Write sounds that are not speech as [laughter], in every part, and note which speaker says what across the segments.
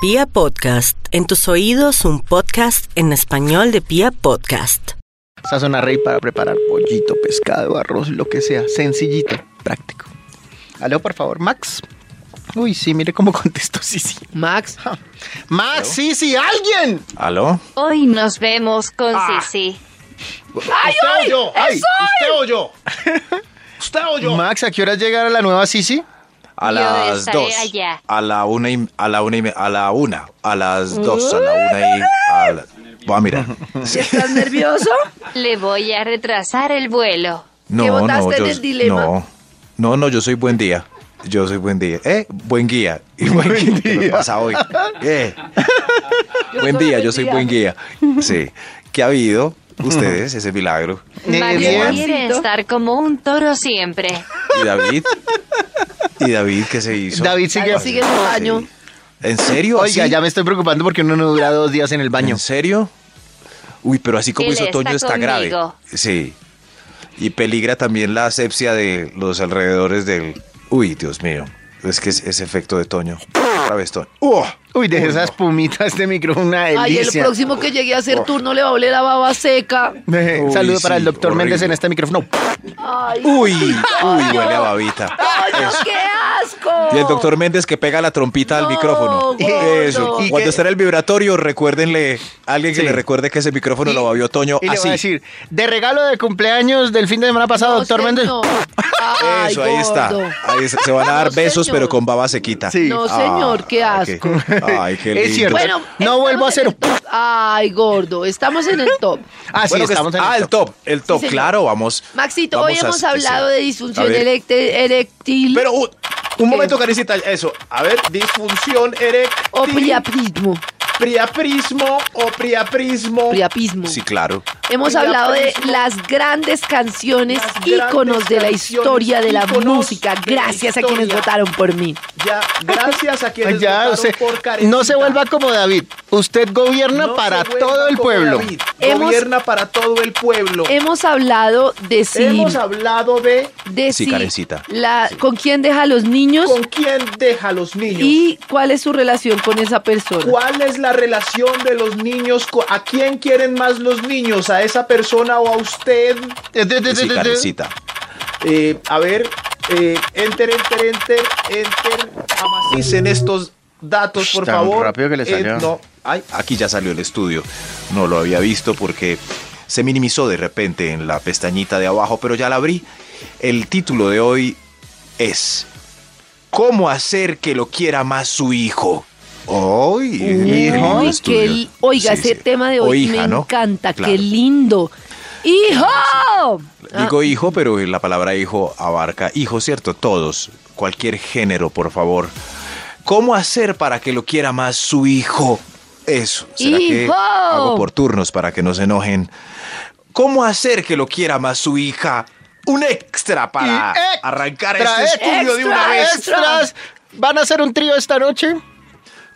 Speaker 1: Pia Podcast, en tus oídos un podcast en español de Pia Podcast.
Speaker 2: Sazona Rey para preparar pollito, pescado, arroz, lo que sea. Sencillito, práctico. Aló, por favor, Max. Uy, sí, mire cómo [laughs] contestó, sí, sí.
Speaker 3: Max,
Speaker 2: Max, sí, sí, alguien.
Speaker 4: ¿Aló?
Speaker 5: Hoy nos vemos con Sisi.
Speaker 2: ¿Usted o yo? Ay, ¿Usted o [laughs] yo? ¿Usted o yo? Max, ¿a qué hora llegará la nueva Sisi?
Speaker 4: A
Speaker 5: Yo
Speaker 4: las
Speaker 5: estaré
Speaker 4: dos.
Speaker 5: allá.
Speaker 4: A la una y a la una y me- a la una. A las
Speaker 3: Uh.
Speaker 4: dos. A la una y a la- Voy
Speaker 3: [laughs]
Speaker 4: a mirar. Sí.
Speaker 3: ¿estás
Speaker 4: [laughs]
Speaker 3: nervioso?
Speaker 5: Le voy a retrasar el vuelo.
Speaker 4: No,
Speaker 3: ¿Qué
Speaker 4: no,
Speaker 3: votaste en
Speaker 4: yo,
Speaker 3: el dilema?
Speaker 4: no. No, no, yo soy buen día. Yo soy buen día. Eh, buen guía.
Speaker 2: [laughs]
Speaker 4: Y buen, guía. ¿Qué me pasa hoy? Eh. buen
Speaker 3: soy
Speaker 4: día,
Speaker 3: buen
Speaker 4: yo soy
Speaker 3: día. [laughs]
Speaker 4: buen guía. Sí. ¿Qué ha habido ustedes? Ese milagro.
Speaker 2: Eh,
Speaker 5: Mario
Speaker 2: bien.
Speaker 5: quiere estar como un toro siempre.
Speaker 3: [laughs]
Speaker 4: ¿Y David? ¿Y David qué se hizo?
Speaker 2: David sigue.
Speaker 3: David sigue en el baño.
Speaker 4: ¿En serio?
Speaker 2: Oiga,
Speaker 4: ¿Así?
Speaker 2: ya me estoy preocupando porque uno no dura dos días en el baño.
Speaker 4: ¿En serio? Uy, pero así como
Speaker 5: Él
Speaker 4: hizo
Speaker 5: está
Speaker 4: Toño está grave.
Speaker 5: conmigo.
Speaker 4: Sí. Y peligra también la asepsia de los alrededores del. Uy, Dios mío. Es que es ese efecto de Toño. Otra vez, Toño. ¡Oh!
Speaker 2: Uy, deje esas pumitas de micrófono, una
Speaker 3: Ay, el
Speaker 2: delicia.
Speaker 3: próximo que llegue a
Speaker 4: Oh.
Speaker 3: hacer turno le va a oler a baba seca.
Speaker 2: Eh,
Speaker 4: Uy,
Speaker 2: Saludo
Speaker 4: sí,
Speaker 2: para el doctor
Speaker 4: horrible.
Speaker 2: Méndez en este micrófono.
Speaker 3: Ay,
Speaker 4: ¡Uy! ¡Uy! Huele a babita.
Speaker 3: Toño, qué asco.
Speaker 4: Y el doctor Méndez que pega la trompita
Speaker 3: No,
Speaker 4: al micrófono.
Speaker 3: gordo.
Speaker 4: Eso.
Speaker 2: ¿Y
Speaker 4: Cuando
Speaker 2: qué?
Speaker 4: estará el vibratorio, recuérdenle, alguien que
Speaker 2: Sí.
Speaker 4: le recuerde que ese micrófono
Speaker 2: Y-
Speaker 4: lo babió Toño
Speaker 2: Y le voy
Speaker 4: así.
Speaker 2: a decir, de regalo de cumpleaños del fin de semana pasado,
Speaker 3: No,
Speaker 2: doctor Méndez.
Speaker 3: señor. Ay,
Speaker 4: Eso, ahí está.
Speaker 3: gordo. Ah,
Speaker 4: Ahí se se van a dar
Speaker 3: No,
Speaker 4: besos,
Speaker 3: señor.
Speaker 4: pero con baba sequita.
Speaker 2: Sí.
Speaker 3: No, señor, qué
Speaker 4: Ah, ok.
Speaker 3: asco.
Speaker 4: Ay, qué lindo.
Speaker 2: Es cierto.
Speaker 3: Bueno,
Speaker 2: no vuelvo a
Speaker 3: estamos
Speaker 2: hacer.
Speaker 3: en el top. Ay, gordo, estamos en el
Speaker 4: [laughs]
Speaker 3: top.
Speaker 2: Ah, sí,
Speaker 4: Bueno, que
Speaker 2: estamos
Speaker 4: es-
Speaker 2: en
Speaker 4: ah, el top, el top,
Speaker 3: señor.
Speaker 4: claro, vamos.
Speaker 3: Maxito, hoy
Speaker 4: vamos a-
Speaker 3: hemos hablado
Speaker 4: sí.
Speaker 3: de
Speaker 4: A
Speaker 3: disfunción
Speaker 4: ver,
Speaker 3: erecte- eréctil eh,
Speaker 4: Pero uh, un, momento, Karencita, eso. A ver, disfunción eréctil.
Speaker 3: o priapismo.
Speaker 4: priaprismo o priaprismo.
Speaker 3: priapismo.
Speaker 4: Sí, claro.
Speaker 3: Hemos hablado de las grandes canciones, íconos de la historia de la música. Gracias a quienes votaron por mí.
Speaker 6: Ya, gracias a quienes
Speaker 2: Ya,
Speaker 6: votaron
Speaker 2: se-
Speaker 6: por Karencita.
Speaker 2: no se vuelva como David. Usted gobierna
Speaker 6: No se
Speaker 2: para
Speaker 6: vuelva
Speaker 2: todo el
Speaker 6: como
Speaker 2: pueblo.
Speaker 6: David.
Speaker 3: Hemos-
Speaker 6: Gobierna para todo el pueblo.
Speaker 3: Hemos hablado de si,
Speaker 6: Hemos hablado de
Speaker 3: de
Speaker 4: Sí,
Speaker 3: si
Speaker 4: Karencita.
Speaker 3: la, con quién deja a los niños
Speaker 6: con quién deja a los niños.
Speaker 3: y cuál es su relación con esa persona.
Speaker 6: ¿Cuál es la relación de los niños? co- ¿A quién quieren más los niños? ¿A esa persona o a usted?
Speaker 2: Eh, de- de- de-
Speaker 4: Sí,
Speaker 2: de-
Speaker 4: Karencita.
Speaker 6: Eh, a ver, eh, enter, enter, enter, enter. Amacicen estos datos,
Speaker 2: Ush,
Speaker 6: por
Speaker 2: tan
Speaker 6: favor.
Speaker 2: rápido que le
Speaker 6: Eh,
Speaker 2: salió.
Speaker 6: no, ay,
Speaker 4: Aquí ya salió el estudio. No lo había visto porque se minimizó de repente en la pestañita de abajo, pero ya la abrí. El título de hoy es ¿Cómo hacer que lo quiera más su hijo? ¡Ay! lindo
Speaker 3: Uy,
Speaker 4: estudio.
Speaker 3: qué li- oiga,
Speaker 4: Sí,
Speaker 3: ese
Speaker 4: sí.
Speaker 3: tema de
Speaker 4: O
Speaker 3: hoy
Speaker 4: hija,
Speaker 3: me
Speaker 4: ¿no?
Speaker 3: encanta,
Speaker 4: Claro.
Speaker 3: qué lindo. ¡Hijo!
Speaker 4: Digo hijo, pero la palabra hijo abarca hijo, ¿cierto? Todos, cualquier género, por favor. ¿Cómo hacer para que lo quiera más su hijo? Eso. ¿Será que
Speaker 3: ¡Hijo!
Speaker 4: hago por turnos para que no se enojen? ¿Cómo hacer que lo quiera más su hija? Un extra para
Speaker 2: Y extra,
Speaker 4: arrancar
Speaker 2: extra,
Speaker 4: este estudio de una
Speaker 3: extra,
Speaker 4: vez.
Speaker 2: Extras, ¿van a hacer un trío esta noche?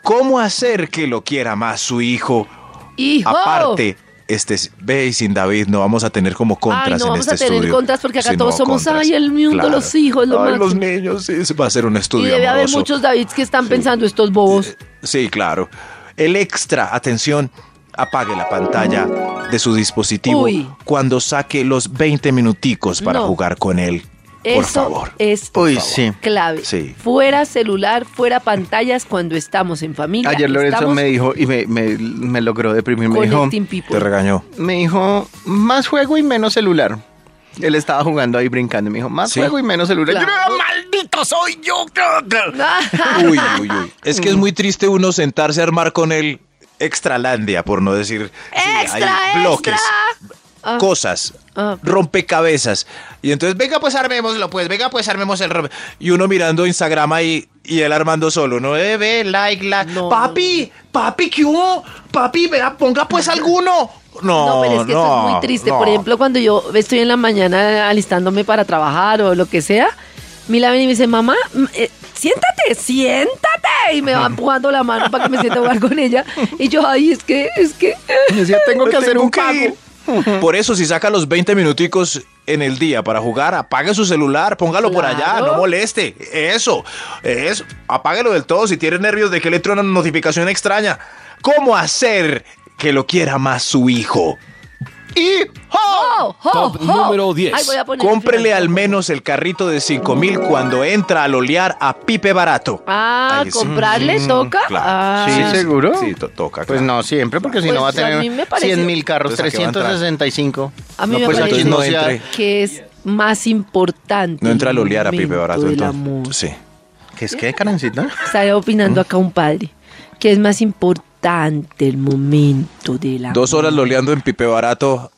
Speaker 4: ¿Cómo hacer que lo quiera más su hijo?
Speaker 3: Ah, ¡Hijo!
Speaker 4: Aparte, este es- ve y sin David no vamos a tener como contras
Speaker 3: Ay, no
Speaker 4: en
Speaker 3: vamos
Speaker 4: este
Speaker 3: a tener
Speaker 4: estudio.
Speaker 3: contras porque acá
Speaker 4: Sí,
Speaker 3: todos
Speaker 4: no,
Speaker 3: somos,
Speaker 4: contras.
Speaker 3: ay, el mundo, los hijos, lo
Speaker 4: Ay, los
Speaker 3: máximo.
Speaker 4: niños, sí, se va a ser un
Speaker 3: Y
Speaker 4: estudio
Speaker 3: debe haber
Speaker 4: amoroso.
Speaker 3: muchos Davids que están pensando estos bobos.
Speaker 4: Sí, claro. El extra, atención, apague la pantalla de su dispositivo
Speaker 3: Uy.
Speaker 4: cuando saque los 20 minuticos para
Speaker 3: No.
Speaker 4: jugar con él. Eh, Por
Speaker 3: Eso
Speaker 4: favor.
Speaker 3: es
Speaker 2: Uy,
Speaker 3: favor,
Speaker 2: sí.
Speaker 3: clave.
Speaker 4: Sí.
Speaker 3: Fuera celular, fuera pantallas cuando estamos en familia.
Speaker 2: Ayer Lorenzo
Speaker 3: Estamos
Speaker 2: me dijo, y me, me- me logró deprimir, me dijo,
Speaker 3: Connecting people. [laughs]
Speaker 4: Te regañó.
Speaker 2: me dijo, más juego y menos celular. Él estaba jugando ahí brincando y me dijo, más
Speaker 4: Sí.
Speaker 2: juego y menos celular. Yo,
Speaker 3: Claro.
Speaker 2: ¡Maldito soy yo!
Speaker 3: Ah,
Speaker 4: Uy, uy, uy. Es que es muy triste uno sentarse a armar con él extralandia, por no decir. sí, hay
Speaker 3: Extra,
Speaker 4: bloques,
Speaker 3: Ah.
Speaker 4: cosas,
Speaker 3: Ah.
Speaker 4: rompecabezas. Y entonces, venga, pues armémoslo, pues, venga, pues armemos el rompe. Y uno mirando Instagram ahí y él armando solo, ¿no? Eh, ve, like, like.
Speaker 3: No.
Speaker 4: Papi, papi, ¿qué hubo? Papi, vea, ponga pues alguno. No,
Speaker 3: No, pero es que eso es muy triste.
Speaker 4: no.
Speaker 3: Por ejemplo, cuando yo estoy en la mañana alistándome para trabajar o lo que sea, Mila viene y me dice, mamá, mm, eh, siéntate, siéntate. Y me va empujando la mano para que me sienta a jugar con ella. Y yo, ay, es
Speaker 4: [laughs]
Speaker 3: que, es que...
Speaker 2: Yo decía, tengo que hacer
Speaker 4: Pues Tengo
Speaker 2: un
Speaker 4: que
Speaker 2: pago.
Speaker 4: ir. Por eso, si saca los 20 minuticos en el día para jugar, apague su celular, póngalo por allá,
Speaker 3: Claro.
Speaker 4: no moleste. Eso, eso, apáguelo del todo si tiene nervios de que le truena una notificación extraña. ¿Cómo hacer que lo quiera más su hijo?
Speaker 2: Y
Speaker 3: ¡Jo, jo,
Speaker 7: Top
Speaker 3: jo!
Speaker 7: número 10.
Speaker 3: Ay, voy a poner el
Speaker 4: Cómprele
Speaker 3: final.
Speaker 4: al menos el carrito de 5 mil cuando entra al olear a Pipe Barato.
Speaker 3: Ah,
Speaker 4: Ahí sí.
Speaker 3: ¿comprarle
Speaker 4: Mm,
Speaker 3: toca?
Speaker 4: claro.
Speaker 3: Ah.
Speaker 2: Sí, seguro.
Speaker 4: Sí, to- toca.
Speaker 2: Pues
Speaker 4: claro.
Speaker 2: no, siempre, porque si
Speaker 3: Pues
Speaker 2: no va a
Speaker 3: a mí me
Speaker 2: tener
Speaker 3: parece- Ah,
Speaker 2: 100 mil carros,
Speaker 4: Entonces, ¿a qué va a entrar?
Speaker 2: 365.
Speaker 3: A mí
Speaker 2: no,
Speaker 3: me
Speaker 2: pues
Speaker 3: parece-
Speaker 2: aquí no sea-
Speaker 4: Entonces
Speaker 3: que es más importante.
Speaker 4: No entra al
Speaker 3: el
Speaker 4: olear a Pipe
Speaker 3: momento
Speaker 4: Barato.
Speaker 3: del amor.
Speaker 4: Entonces, sí.
Speaker 2: ¿Qué es qué, Karencita?
Speaker 3: Está opinando
Speaker 4: ¿Mm?
Speaker 3: acá un padre. Que es más importante el momento del amor.
Speaker 4: Dos horas loleando en pipe barato,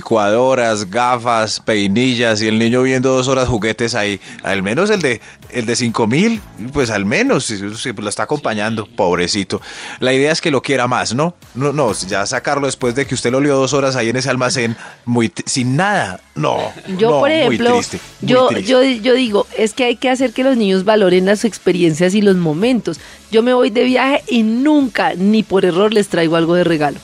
Speaker 4: licuadoras, gafas, peinillas y el niño viendo dos horas juguetes ahí. Al menos el de el de cinco mil, pues al menos si, si lo está acompañando, pobrecito. La idea es que lo quiera más, ¿no? No, no, ya sacarlo después de que usted lo olió dos horas ahí en ese almacén, muy t- sin nada. No.
Speaker 3: Yo,
Speaker 4: no,
Speaker 3: por
Speaker 4: muy
Speaker 3: ejemplo,
Speaker 4: triste, muy
Speaker 3: yo,
Speaker 4: triste.
Speaker 3: yo, yo digo, es que hay que hacer que los niños valoren las experiencias y los momentos. Yo me voy de viaje y nunca, ni por error, les traigo algo de regalo.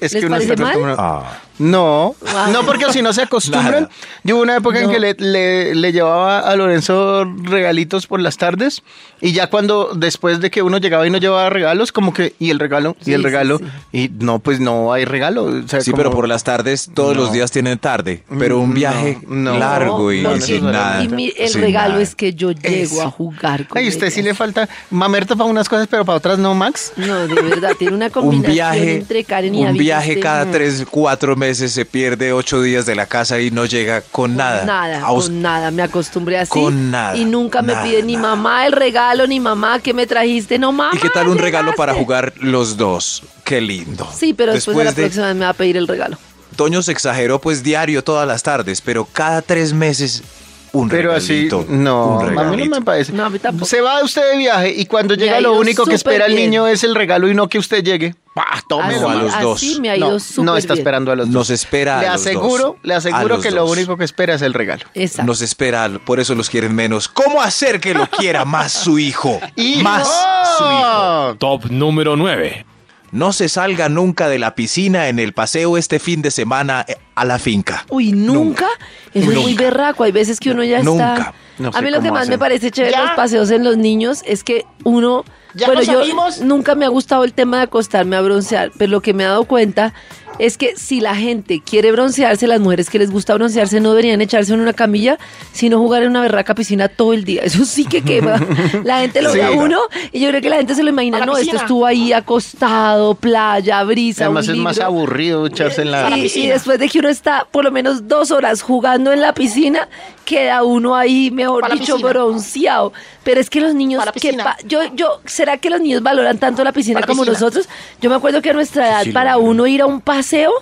Speaker 2: Es
Speaker 3: ¿Les
Speaker 2: que uno
Speaker 3: parece
Speaker 2: está
Speaker 3: mal?
Speaker 2: acostumbrado.
Speaker 4: Ah.
Speaker 2: No,
Speaker 3: Wow.
Speaker 2: no porque si no se acostumbran.
Speaker 4: [laughs] Nada.
Speaker 2: Yo hubo una época en
Speaker 3: No.
Speaker 2: que le, le- le llevaba a Lorenzo regalitos por las tardes y ya cuando después de que uno llegaba y no llevaba regalos, como que, y el regalo, y
Speaker 3: Sí,
Speaker 2: el
Speaker 3: sí,
Speaker 2: regalo,
Speaker 3: sí.
Speaker 2: y no, pues no hay regalo. o sea,
Speaker 4: Sí,
Speaker 2: como-
Speaker 4: pero por las tardes todos
Speaker 2: No.
Speaker 4: los días tienen tarde, pero un
Speaker 2: No,
Speaker 4: viaje
Speaker 2: no.
Speaker 4: largo y
Speaker 2: No,
Speaker 3: porque-
Speaker 4: sin nada.
Speaker 3: y mi- el
Speaker 4: sin
Speaker 3: regalo
Speaker 4: nada.
Speaker 3: es que yo llego
Speaker 2: Eso.
Speaker 3: a jugar con
Speaker 2: Ay, usted sí
Speaker 3: ellas.
Speaker 2: le falta mamerto para unas cosas, pero para otras no, Max.
Speaker 3: No, de verdad, tiene una
Speaker 4: un
Speaker 3: combinación
Speaker 4: viaje,
Speaker 3: entre Karen y
Speaker 4: un
Speaker 3: David,
Speaker 4: viaje
Speaker 3: este,
Speaker 4: cada tres, cuatro meses se pierde ocho días de la casa y no llega con nada.
Speaker 3: Nada,
Speaker 4: A us-
Speaker 3: con nada, me acostumbré así.
Speaker 4: Con nada,
Speaker 3: Y nunca me
Speaker 4: nada,
Speaker 3: pide ni
Speaker 4: nada.
Speaker 3: mamá el regalo, ni mamá que me trajiste, no mamá.
Speaker 4: ¿Y qué tal un
Speaker 3: ¿qué
Speaker 4: regalo para
Speaker 3: haces?
Speaker 4: jugar los dos? Qué lindo.
Speaker 3: Ah, Sí, pero después, de la próxima vez me va a pedir el regalo.
Speaker 4: Toño se exageró pues diario todas las tardes, pero cada tres meses un
Speaker 2: Pero así,
Speaker 4: regalito.
Speaker 2: no,
Speaker 4: un
Speaker 2: a mí no
Speaker 4: regalito.
Speaker 2: me parece.
Speaker 3: No, a mí tampoco.
Speaker 2: Se va usted de viaje y cuando
Speaker 3: Me ha
Speaker 2: llega lo
Speaker 3: ido
Speaker 2: único que
Speaker 3: súper
Speaker 2: espera el
Speaker 3: bien.
Speaker 2: niño es el regalo y no que usted llegue. Bah,
Speaker 3: Así,
Speaker 4: Ah, a
Speaker 2: tómelo.
Speaker 4: los
Speaker 3: así
Speaker 4: dos.
Speaker 3: Ah, me ha ido
Speaker 2: no,
Speaker 3: súper
Speaker 2: no está
Speaker 3: bien.
Speaker 2: esperando a los
Speaker 4: Nos
Speaker 2: dos.
Speaker 4: espera a
Speaker 2: Le
Speaker 4: los dos.
Speaker 2: aseguro, le
Speaker 4: A
Speaker 2: aseguro
Speaker 4: los
Speaker 2: que lo
Speaker 4: dos.
Speaker 2: único que espera es el regalo.
Speaker 3: Exacto.
Speaker 4: Nos espera, por eso los quieren menos. ¿Cómo hacer que lo quiera más su hijo?
Speaker 2: [laughs] ¡Hijo!
Speaker 4: Más su hijo.
Speaker 7: Top número 9.
Speaker 4: No se salga nunca de la piscina en el paseo este fin de semana eh, a la finca.
Speaker 3: Uy, nunca. Eso es muy
Speaker 4: Nunca.
Speaker 3: berraco. Hay veces que uno ya
Speaker 4: Nunca.
Speaker 3: está.
Speaker 2: No
Speaker 3: a
Speaker 2: sé
Speaker 3: mí lo que
Speaker 2: cómo
Speaker 3: más
Speaker 2: hacen.
Speaker 3: me parece chévere de los paseos en los niños es que uno.
Speaker 2: Ya
Speaker 3: bueno,
Speaker 2: nos
Speaker 3: yo
Speaker 2: abrimos.
Speaker 3: nunca me ha gustado el tema de acostarme a broncear, pero lo que me he dado cuenta es que si la gente quiere broncearse, las mujeres que les gusta broncearse no deberían echarse en una camilla, sino jugar en una berraca piscina todo el día. Eso sí que
Speaker 2: [laughs]
Speaker 3: quema. La gente lo
Speaker 4: Sí.
Speaker 3: ve a uno y yo creo que la gente se lo imagina. No, esto estuvo ahí acostado, playa, brisa. un
Speaker 2: Además es más
Speaker 3: libro".
Speaker 2: aburrido echarse en la
Speaker 3: Y- y,
Speaker 2: piscina.
Speaker 3: después de que uno está por lo menos dos horas jugando en la piscina, queda uno ahí, mejor dicho, bronceado. Pero es que los niños, que pa- yo, yo, ¿será que los niños valoran tanto la piscina como nosotros? Yo me acuerdo que a nuestra edad, para uno ir a un paseo,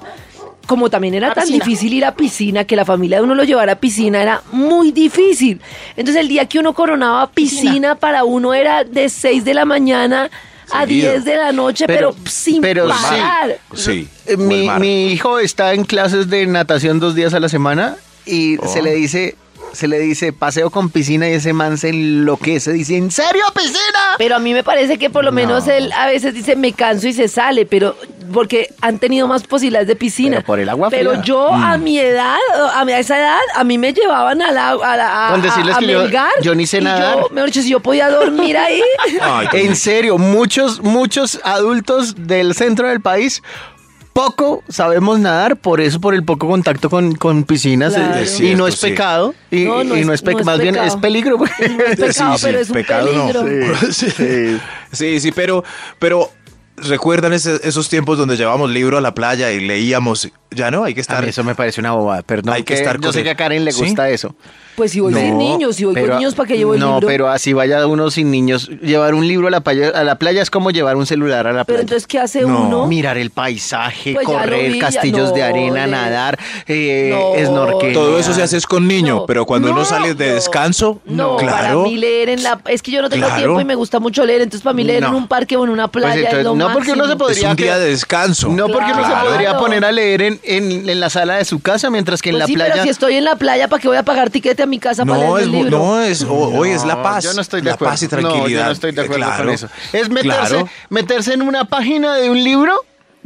Speaker 3: como también era tan difícil ir a piscina, que la familia de uno lo llevara a piscina, era muy difícil. Entonces el día que uno coronaba piscina, para uno era de 6 de la mañana a
Speaker 4: Seguido.
Speaker 3: 10 de la noche, pero,
Speaker 2: Pero-
Speaker 3: sin
Speaker 2: pero sí.
Speaker 3: parar.
Speaker 4: Pues Sí.
Speaker 2: Eh,
Speaker 4: o el
Speaker 2: Mi,
Speaker 4: mar.
Speaker 2: mi hijo está en clases de natación dos días a la semana y
Speaker 4: Oh.
Speaker 2: se le dice, se le dice paseo con piscina y ese man se enloquece. Dice, ¿en serio piscina?
Speaker 3: Pero a mí me parece que por lo menos él a veces dice me canso y se sale, pero porque han tenido más posibilidades de piscina.
Speaker 2: Pero por el agua
Speaker 3: Pero
Speaker 2: fría. Mm.
Speaker 3: yo a mi edad, a mi- a esa edad, a mí me llevaban a la a, la- a-
Speaker 2: Con decirles
Speaker 3: a- a
Speaker 2: que yo-
Speaker 3: Melgar,
Speaker 2: yo ni sé
Speaker 3: y
Speaker 2: nadar.
Speaker 3: Yo, mejor dicho, si yo podía
Speaker 2: [laughs]
Speaker 3: dormir ahí.
Speaker 4: Ay, qué
Speaker 2: En serio, muchos, muchos adultos del centro del país poco sabemos nadar, por eso, por el poco contacto con, con piscinas.
Speaker 3: Claro.
Speaker 2: eh,
Speaker 4: Es
Speaker 2: y no
Speaker 4: cierto,
Speaker 2: es
Speaker 4: sí.
Speaker 2: pecado. Y y
Speaker 3: No,
Speaker 2: no,
Speaker 3: no es-
Speaker 2: es, pecado,
Speaker 3: no es
Speaker 2: más bien
Speaker 3: pecado.
Speaker 2: es peligro. pues.
Speaker 3: No es pecado, pero es un
Speaker 4: pecado no.
Speaker 3: peligro.
Speaker 4: [laughs] Sí, sí, sí, pero, pero recuerdan ese- esos tiempos donde llevábamos libro a la playa y leíamos. Ya no, hay
Speaker 2: [laughs]
Speaker 4: que
Speaker 2: A
Speaker 4: estar.
Speaker 2: mí eso me parece una bobada, perdón.
Speaker 4: Hay que
Speaker 2: que
Speaker 4: estar
Speaker 2: yo
Speaker 4: con
Speaker 2: sé
Speaker 4: el-
Speaker 2: que a Karen le
Speaker 4: ¿Sí?
Speaker 2: gusta eso.
Speaker 3: Pues si voy sin niños, si voy
Speaker 2: pero-
Speaker 3: con niños, ¿para que llevo el
Speaker 2: No,
Speaker 3: libro?
Speaker 2: pero así vaya uno sin niños. Llevar un libro a la playa, a la playa es como llevar un celular a la
Speaker 3: Pero
Speaker 2: playa.
Speaker 3: entonces, ¿qué hace
Speaker 4: No,
Speaker 3: uno?
Speaker 2: Mirar el paisaje,
Speaker 3: Pues ya lo
Speaker 2: correr,
Speaker 3: vi, ya-
Speaker 2: castillos de
Speaker 3: no,
Speaker 2: arena,
Speaker 3: de-
Speaker 2: nadar, eh,
Speaker 3: No,
Speaker 2: snorkeling.
Speaker 4: Todo eso se hace es con niño,
Speaker 3: No,
Speaker 4: pero cuando
Speaker 3: no,
Speaker 4: uno sale de
Speaker 3: no,
Speaker 4: descanso,
Speaker 3: No,
Speaker 4: claro.
Speaker 3: para mí leer en la... Es que yo no tengo
Speaker 4: Claro.
Speaker 3: tiempo y me gusta mucho leer, entonces para mí leer en
Speaker 2: No. Pues
Speaker 3: un parque o en una playa es
Speaker 2: entonces,
Speaker 3: lo
Speaker 2: no, porque uno se
Speaker 3: máximo.
Speaker 4: es un
Speaker 2: podría
Speaker 4: día
Speaker 2: que-
Speaker 4: de descanso.
Speaker 2: No, porque uno
Speaker 4: Claro.
Speaker 2: se podría poner a leer en, en- en la sala de su casa, mientras que en
Speaker 3: Pues
Speaker 2: la
Speaker 3: sí,
Speaker 2: playa.
Speaker 3: pero si estoy en la playa, ¿para qué voy a pagar tiquete a mi casa para
Speaker 4: No,
Speaker 3: leer
Speaker 4: es,
Speaker 3: el
Speaker 4: bu-
Speaker 3: libro?
Speaker 4: no es, o- hoy es la
Speaker 2: No,
Speaker 4: paz.
Speaker 2: Yo no estoy de
Speaker 4: la
Speaker 2: acuerdo.
Speaker 4: paz y
Speaker 2: No,
Speaker 4: tranquilidad.
Speaker 2: yo no estoy de acuerdo
Speaker 4: Claro,
Speaker 2: con eso. Es meterse,
Speaker 4: claro.
Speaker 2: meterse en una página de un libro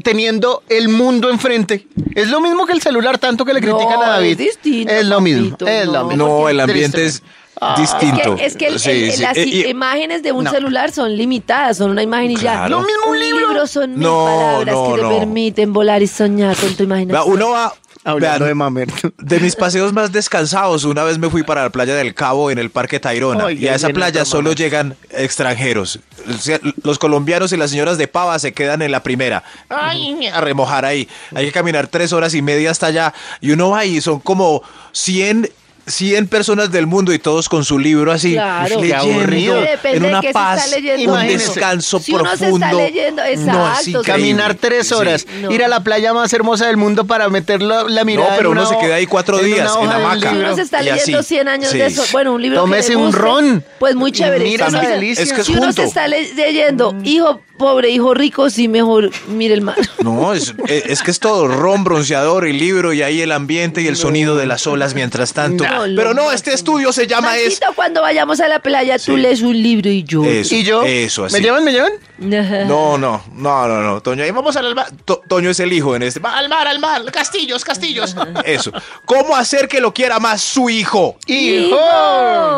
Speaker 2: teniendo el mundo enfrente. Es lo mismo que el celular, tanto que le
Speaker 3: No,
Speaker 2: critican a David.
Speaker 3: es distinto,
Speaker 2: Es lo mismo.
Speaker 3: papito,
Speaker 2: es lo
Speaker 3: no.
Speaker 2: mismo.
Speaker 4: No,
Speaker 2: Porque
Speaker 4: el ambiente es
Speaker 2: tristemente-
Speaker 3: Es
Speaker 4: distinto.
Speaker 3: que, es que el-
Speaker 4: Sí,
Speaker 3: el-
Speaker 4: sí.
Speaker 3: las
Speaker 4: Eh, y-
Speaker 3: imágenes de un
Speaker 2: No.
Speaker 3: celular son limitadas, son una imagen y ya.
Speaker 4: Claro. Lo
Speaker 2: mismo un
Speaker 3: un
Speaker 2: libro.
Speaker 3: libro. son mil
Speaker 4: No,
Speaker 3: palabras
Speaker 4: no,
Speaker 3: que
Speaker 4: no.
Speaker 3: te permiten volar y soñar con tu
Speaker 4: vea,
Speaker 3: imaginación.
Speaker 4: uno va...
Speaker 2: Hablando
Speaker 4: vean,
Speaker 2: de mamerto.
Speaker 4: De mis paseos más descansados, una vez me fui para la playa del Cabo en el Parque Tayrona.
Speaker 2: Oiga,
Speaker 4: y a esa
Speaker 2: bien,
Speaker 4: playa
Speaker 2: esta
Speaker 4: solo
Speaker 2: mamá.
Speaker 4: llegan extranjeros. O sea, Los colombianos y las señoras de Pava se quedan en la primera. Ay, a remojar ahí. Hay que caminar tres horas y media hasta allá. Y uno va y son como 100, 100 personas del mundo y todos con su libro así.
Speaker 3: Claro.
Speaker 4: leyendo,
Speaker 2: Qué aburrido.
Speaker 4: En
Speaker 3: Depende de
Speaker 4: una
Speaker 3: qué se está
Speaker 4: paz,
Speaker 3: leyendo
Speaker 4: un
Speaker 2: uno.
Speaker 4: descanso
Speaker 3: Si uno se
Speaker 4: profundo.
Speaker 3: está leyendo, exacto,
Speaker 4: increíble.
Speaker 2: Caminar tres
Speaker 4: Sí.
Speaker 2: horas,
Speaker 3: No.
Speaker 2: ir a la playa más hermosa del mundo para meter la, la mirada.
Speaker 4: No, pero
Speaker 2: en
Speaker 4: uno
Speaker 2: una
Speaker 4: se
Speaker 2: ho-
Speaker 4: queda ahí cuatro
Speaker 2: en una
Speaker 4: días, en
Speaker 2: hoja de un
Speaker 4: hamaca.
Speaker 3: Si
Speaker 2: libro.
Speaker 3: uno Ah, se está
Speaker 4: Y así.
Speaker 3: leyendo 100 años
Speaker 4: Sí.
Speaker 3: de eso, bueno, un libro que
Speaker 2: Tómese
Speaker 3: le
Speaker 2: un
Speaker 3: guste,
Speaker 2: ron.
Speaker 3: Pues muy chévere.
Speaker 2: Y mira
Speaker 3: sí,
Speaker 2: esa
Speaker 3: o sea,
Speaker 2: delicia. Mm. Es
Speaker 4: que es
Speaker 3: si uno
Speaker 4: junto.
Speaker 3: se está le- leyendo, hijo pobre, hijo rico, sí mejor mire
Speaker 4: [laughs]
Speaker 3: el mar.
Speaker 4: No, es, eh, es que es todo ron, bronceador y libro y ahí el ambiente y el sonido de las olas mientras tanto.
Speaker 3: No, lo
Speaker 4: Pero no,
Speaker 3: máximo.
Speaker 4: este estudio se llama es...
Speaker 3: Maxito, cuando vayamos a la playa, tú
Speaker 4: Sí.
Speaker 3: lees un libro y yo.
Speaker 4: Eso,
Speaker 2: Y yo,
Speaker 4: eso, así.
Speaker 2: ¿me llevan, me llevan?
Speaker 4: No, no, no, no, no. Toño, ahí vamos al mar. To- Toño es el hijo en este. Va al mar, al mar, castillos, castillos. Eso. ¿Cómo hacer que lo quiera más su hijo?
Speaker 2: ¡Hijo!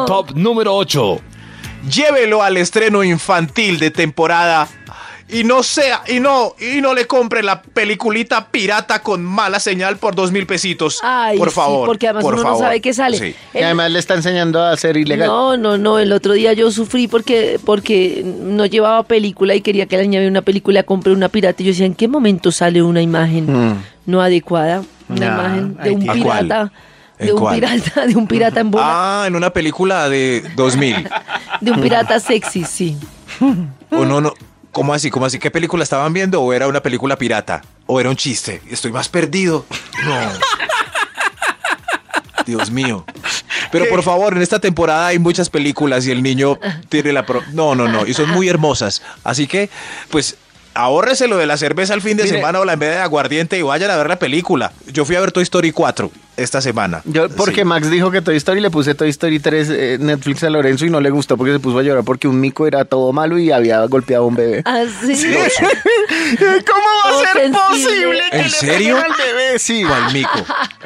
Speaker 7: Top número 8.
Speaker 4: Llévelo al estreno infantil de temporada y no sea y no y no le compre la peliculita pirata con mala señal por dos mil pesitos.
Speaker 3: [laughs] Ay,
Speaker 4: por
Speaker 3: sí,
Speaker 4: favor,
Speaker 3: porque además
Speaker 4: por
Speaker 3: uno
Speaker 4: favor.
Speaker 3: no sabe qué sale.
Speaker 4: Sí.
Speaker 2: Y además le está enseñando a ser ilegal.
Speaker 3: No, no, no. El otro día yo sufrí porque, porque no llevaba película y quería que la niña viera una película, compré una pirata. Y yo decía, ¿en qué momento sale una imagen
Speaker 4: Hmm.
Speaker 3: no adecuada? Una
Speaker 2: Ah,
Speaker 3: imagen de
Speaker 2: ahí
Speaker 3: un
Speaker 2: tiene.
Speaker 4: ¿A cuál?
Speaker 3: pirata. De
Speaker 4: ¿En
Speaker 3: un
Speaker 4: cuál?
Speaker 3: pirata, de un pirata en bola,
Speaker 4: Ah, en una película de
Speaker 2: [laughs]
Speaker 4: 2000.
Speaker 3: de un pirata sexy,
Speaker 4: [laughs]
Speaker 3: sí.
Speaker 4: o no, no. ¿Cómo así? ¿Cómo así? ¿Qué película estaban viendo? ¿O era una película pirata? ¿O era un chiste? Estoy más perdido.
Speaker 2: [laughs]
Speaker 4: No. Dios mío. Pero por favor, en esta temporada hay muchas películas y el niño tiene la... pro- No, no, no. Y son muy hermosas. Así que, pues, ahórrese lo de la cerveza el fin de
Speaker 2: Mire.
Speaker 4: semana o la media de aguardiente y vayan a ver la película. Yo fui a ver Toy Story 4 esta semana.
Speaker 2: Yo, porque
Speaker 4: Sí.
Speaker 2: Max dijo que Toy Story le puse Toy Story 3 eh, Netflix a Lorenzo y no le gustó porque se puso a llorar porque un mico era todo malo y había golpeado a un bebé.
Speaker 3: Así.
Speaker 2: ¿Cómo
Speaker 3: Ah, Todo sensible.
Speaker 2: [laughs]
Speaker 4: ¿En serio?
Speaker 2: peguen bebé? Sí.
Speaker 4: ¿Cuál mico?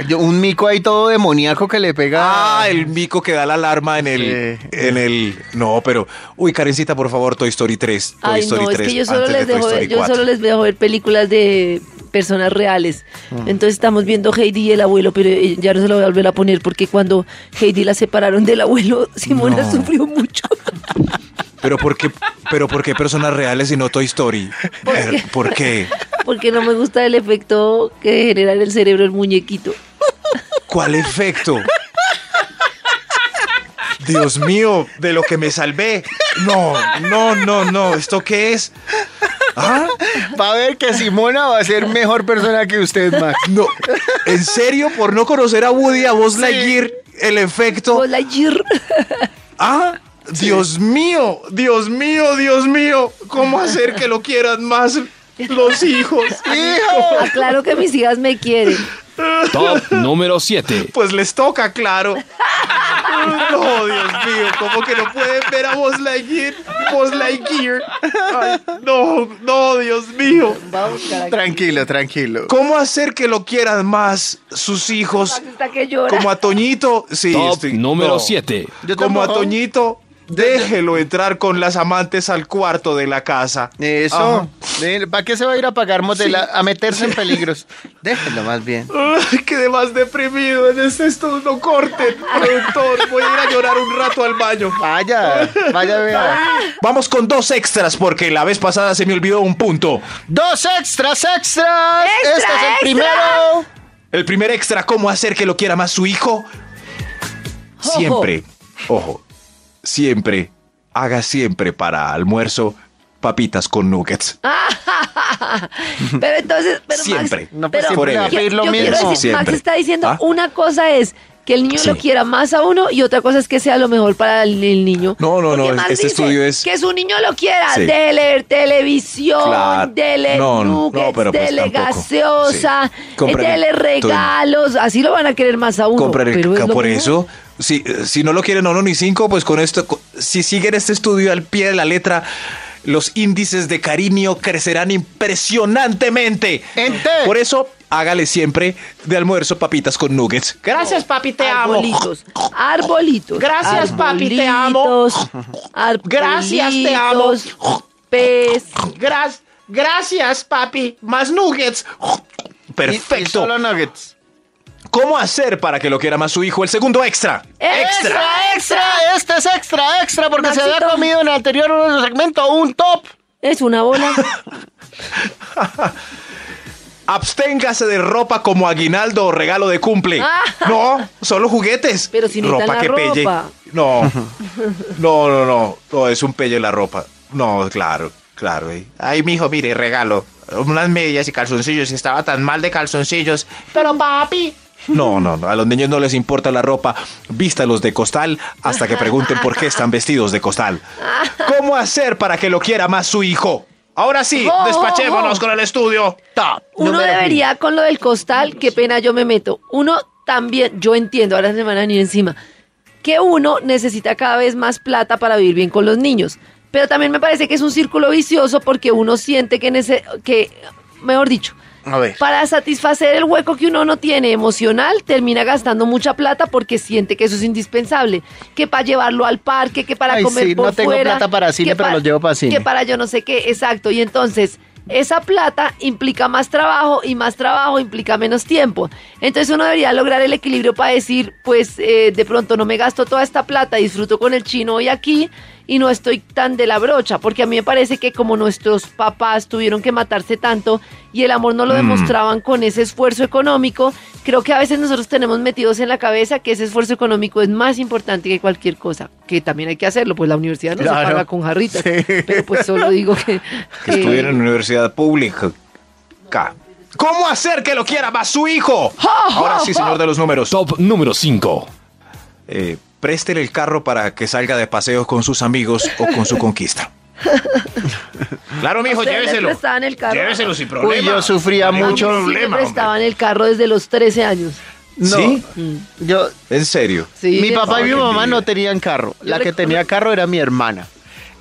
Speaker 2: Yo- un mico ahí todo demoníaco que le pega.
Speaker 4: Ah, el mico que da la alarma en el.
Speaker 2: Sí.
Speaker 4: En el. No, pero. Uy, Karencita, por favor, Toy Story 3. Toy
Speaker 3: Ay,
Speaker 4: Story
Speaker 3: no,
Speaker 4: 3.
Speaker 3: es que yo solo,
Speaker 4: antes de
Speaker 3: les
Speaker 4: Toy
Speaker 3: dejo ver,
Speaker 4: Story
Speaker 3: yo
Speaker 4: 4.
Speaker 3: solo les dejo ver películas de personas reales.
Speaker 4: Hmm.
Speaker 3: Entonces estamos viendo Heidi y el abuelo, pero eh, ya no se lo voy a volver a poner porque cuando Heidi la separaron del abuelo, Simona
Speaker 4: No.
Speaker 3: sufrió mucho.
Speaker 4: Pero ¿por qué? Pero ¿por qué personas reales y no Toy Story?
Speaker 3: ¿Por
Speaker 4: Eh,
Speaker 3: qué?
Speaker 4: ¿Por qué?
Speaker 3: Porque no me gusta el efecto que genera en el cerebro el muñequito.
Speaker 4: ¿Cuál efecto? Dios mío, de lo que me salvé. No, no, no, no. ¿Esto qué es? ¿Ah?
Speaker 2: Va a ver que Simona va a ser mejor persona que usted, Max.
Speaker 4: No. ¿En serio? Por no conocer a Woody, a Buzz Lightyear, el efecto.
Speaker 3: Hola, Gir.
Speaker 4: ¡Ah! Dios mío, Dios mío, Dios mío, ¿cómo hacer que lo quieran más
Speaker 2: [laughs]
Speaker 4: los hijos?
Speaker 3: Claro que mis hijas me quieren.
Speaker 7: Top
Speaker 3: [laughs]
Speaker 7: número 7.
Speaker 4: Pues les toca, claro. No, Dios mío, ¿cómo que no pueden ver a Buzz Lightyear? Buzz Lightyear. Ay, no, no, Dios mío.
Speaker 3: Vamos, carajo.
Speaker 2: Tranquilo, tranquilo.
Speaker 4: ¿Cómo hacer que lo quieran más sus hijos?
Speaker 3: Hasta que llora.
Speaker 4: Como a Toñito, sí.
Speaker 7: Top
Speaker 4: estoy-
Speaker 7: número
Speaker 4: no.
Speaker 7: 7.
Speaker 2: Yo
Speaker 4: Como a
Speaker 2: tampoco.
Speaker 4: Toñito, déjelo entrar con las amantes al cuarto de la casa. Ajá.
Speaker 2: Eso. ¿Para qué se va a ir a pagar motel? A- A meterse en peligros. Déjenlo más bien.
Speaker 4: Ay, Quedé más deprimido en este estudio. No corten, productor. Voy a ir a llorar un rato al baño.
Speaker 2: Vaya, vaya,
Speaker 3: Ah.
Speaker 2: vea.
Speaker 4: Vamos con dos extras porque la vez pasada se me olvidó un punto.
Speaker 2: Dos extras, extras. este es el
Speaker 3: extra!
Speaker 2: primero.
Speaker 4: El primer extra, ¿cómo hacer que lo quiera más su hijo?
Speaker 3: Ojo.
Speaker 4: Siempre, ojo, siempre, haga siempre para almuerzo papitas con nuggets.
Speaker 3: [laughs] Pero entonces, pero Max-
Speaker 4: Siempre.
Speaker 2: No, pues
Speaker 3: pero
Speaker 2: siempre le va a
Speaker 4: Forever.
Speaker 2: pedir lo
Speaker 3: yo quiero
Speaker 2: mismo.
Speaker 3: decir, Max
Speaker 4: Siempre.
Speaker 3: está diciendo
Speaker 4: ¿Ah?
Speaker 3: una cosa es que el niño lo
Speaker 4: Sí.
Speaker 3: quiera más a uno y otra cosa es que sea lo mejor para el, el niño.
Speaker 4: No, no, no,
Speaker 3: Porque
Speaker 4: es-
Speaker 3: Max
Speaker 4: este
Speaker 3: dice
Speaker 4: estudio es-
Speaker 3: que su niño lo quiera,
Speaker 4: Sí.
Speaker 3: dele televisión,
Speaker 4: Claro.
Speaker 3: dele
Speaker 4: No, no,
Speaker 3: nuggets,
Speaker 4: no, pero pues
Speaker 3: dele
Speaker 4: tampoco.
Speaker 3: gaseosa,
Speaker 4: Sí. Cómprale
Speaker 3: dele
Speaker 4: todo.
Speaker 3: regalos, así lo van a querer más a uno.
Speaker 4: comprar el-
Speaker 3: pero es lo
Speaker 4: por
Speaker 3: mejor.
Speaker 4: eso si, si no lo quieren a uno ni cinco pues con esto co- si siguen este estudio al pie de la letra los índices de cariño crecerán impresionantemente.
Speaker 2: Ente.
Speaker 4: Por eso, hágale siempre de almuerzo papitas con nuggets.
Speaker 6: Gracias, papi, te amo.
Speaker 3: arbolitos, arbolitos.
Speaker 6: Gracias, papi, te amo.
Speaker 3: arbolitos,
Speaker 2: [laughs]
Speaker 3: arbolitos,
Speaker 6: Gracias, te amo.
Speaker 3: Pez.
Speaker 6: Gra- gracias, papi. Más nuggets.
Speaker 4: Perfecto.
Speaker 2: Y- y solo nuggets.
Speaker 4: ¿Cómo hacer para que lo quiera más su hijo? El segundo extra.
Speaker 2: Extra, extra, este es extra, extra, porque se
Speaker 3: Maxito.
Speaker 2: había comido en el anterior segmento un top.
Speaker 3: Es una bola.
Speaker 4: Absténgase de ropa como aguinaldo o regalo de cumple.
Speaker 3: Ah.
Speaker 4: No, solo juguetes.
Speaker 3: Pero si necesitan
Speaker 4: ropa
Speaker 3: la
Speaker 4: que pelle.
Speaker 3: ropa.
Speaker 4: No.
Speaker 3: [laughs]
Speaker 4: No, no, no. No, es un pelle la ropa. No, claro, claro. eh. Ay, mijo, mire, regalo. Unas medias y calzoncillos. y Estaba tan mal de calzoncillos.
Speaker 6: Pero, papi.
Speaker 4: No, no, no, a los niños no les importa la ropa. Vístalos de costal hasta que pregunten por qué están vestidos
Speaker 3: [laughs]
Speaker 4: de costal. ¿Cómo hacer para que lo quiera más su hijo? Ahora sí,
Speaker 3: Ojo,
Speaker 4: despachémonos
Speaker 3: ojo.
Speaker 4: con el estudio. Top.
Speaker 3: Uno
Speaker 4: número
Speaker 3: debería con lo del costal, qué pena yo me meto. Uno también, yo entiendo, ahora se me van a venir encima, que uno necesita cada vez más plata para vivir bien con los niños. Pero también me parece que es un círculo vicioso porque uno siente que, nece- que mejor dicho,
Speaker 2: A ver.
Speaker 3: para satisfacer el hueco que uno no tiene emocional, termina gastando mucha plata porque siente que eso es indispensable. Que para llevarlo al parque, que para
Speaker 2: Ay,
Speaker 3: comer
Speaker 2: sí,
Speaker 3: por
Speaker 2: no tengo
Speaker 3: fuera,
Speaker 2: plata para cine,
Speaker 3: que
Speaker 2: pero
Speaker 3: pa-
Speaker 2: los llevo para cine.
Speaker 3: Que [laughs] para yo no sé qué, exacto. Y entonces, esa plata implica más trabajo y más trabajo implica menos tiempo. Entonces uno debería lograr el equilibrio para decir, pues eh, de pronto no me gasto toda esta plata, disfruto con el chino hoy aquí y no estoy tan de la brocha, porque a mí me parece que como nuestros papás tuvieron que matarse tanto y el amor no lo demostraban con ese esfuerzo económico, creo que a veces nosotros tenemos metidos en la cabeza que ese esfuerzo económico es más importante que cualquier cosa, que también hay que hacerlo, pues la universidad no se
Speaker 2: Claro.
Speaker 3: paga con jarritas,
Speaker 2: Sí.
Speaker 3: pero pues solo digo que...
Speaker 4: Que
Speaker 3: que-
Speaker 4: estuviera en una universidad pública. Ca. ¿Cómo hacer que lo quiera más su hijo? Ahora sí, señor de los números.
Speaker 7: Top número 5.
Speaker 4: Eh, préstele el carro para que salga de paseos con sus amigos o con su [laughs] conquista. Claro, mijo,
Speaker 3: Ustedes les
Speaker 4: lléveselo.
Speaker 3: prestaban el carro.
Speaker 4: Lléveselo sin problema.
Speaker 2: Uy, yo sufría
Speaker 3: A mí
Speaker 2: mucho.
Speaker 3: sí me
Speaker 4: problema,
Speaker 3: prestaban el carro desde los 13 años.
Speaker 2: No,
Speaker 4: ¿Sí?
Speaker 2: Yo,
Speaker 4: En serio.
Speaker 3: Mm. Sí,
Speaker 2: mi
Speaker 3: de-
Speaker 2: papá y mi
Speaker 4: Ay, qué
Speaker 2: mamá
Speaker 4: envidia.
Speaker 2: no tenían carro. La que
Speaker 3: recuerdo-
Speaker 2: tenía carro era mi hermana.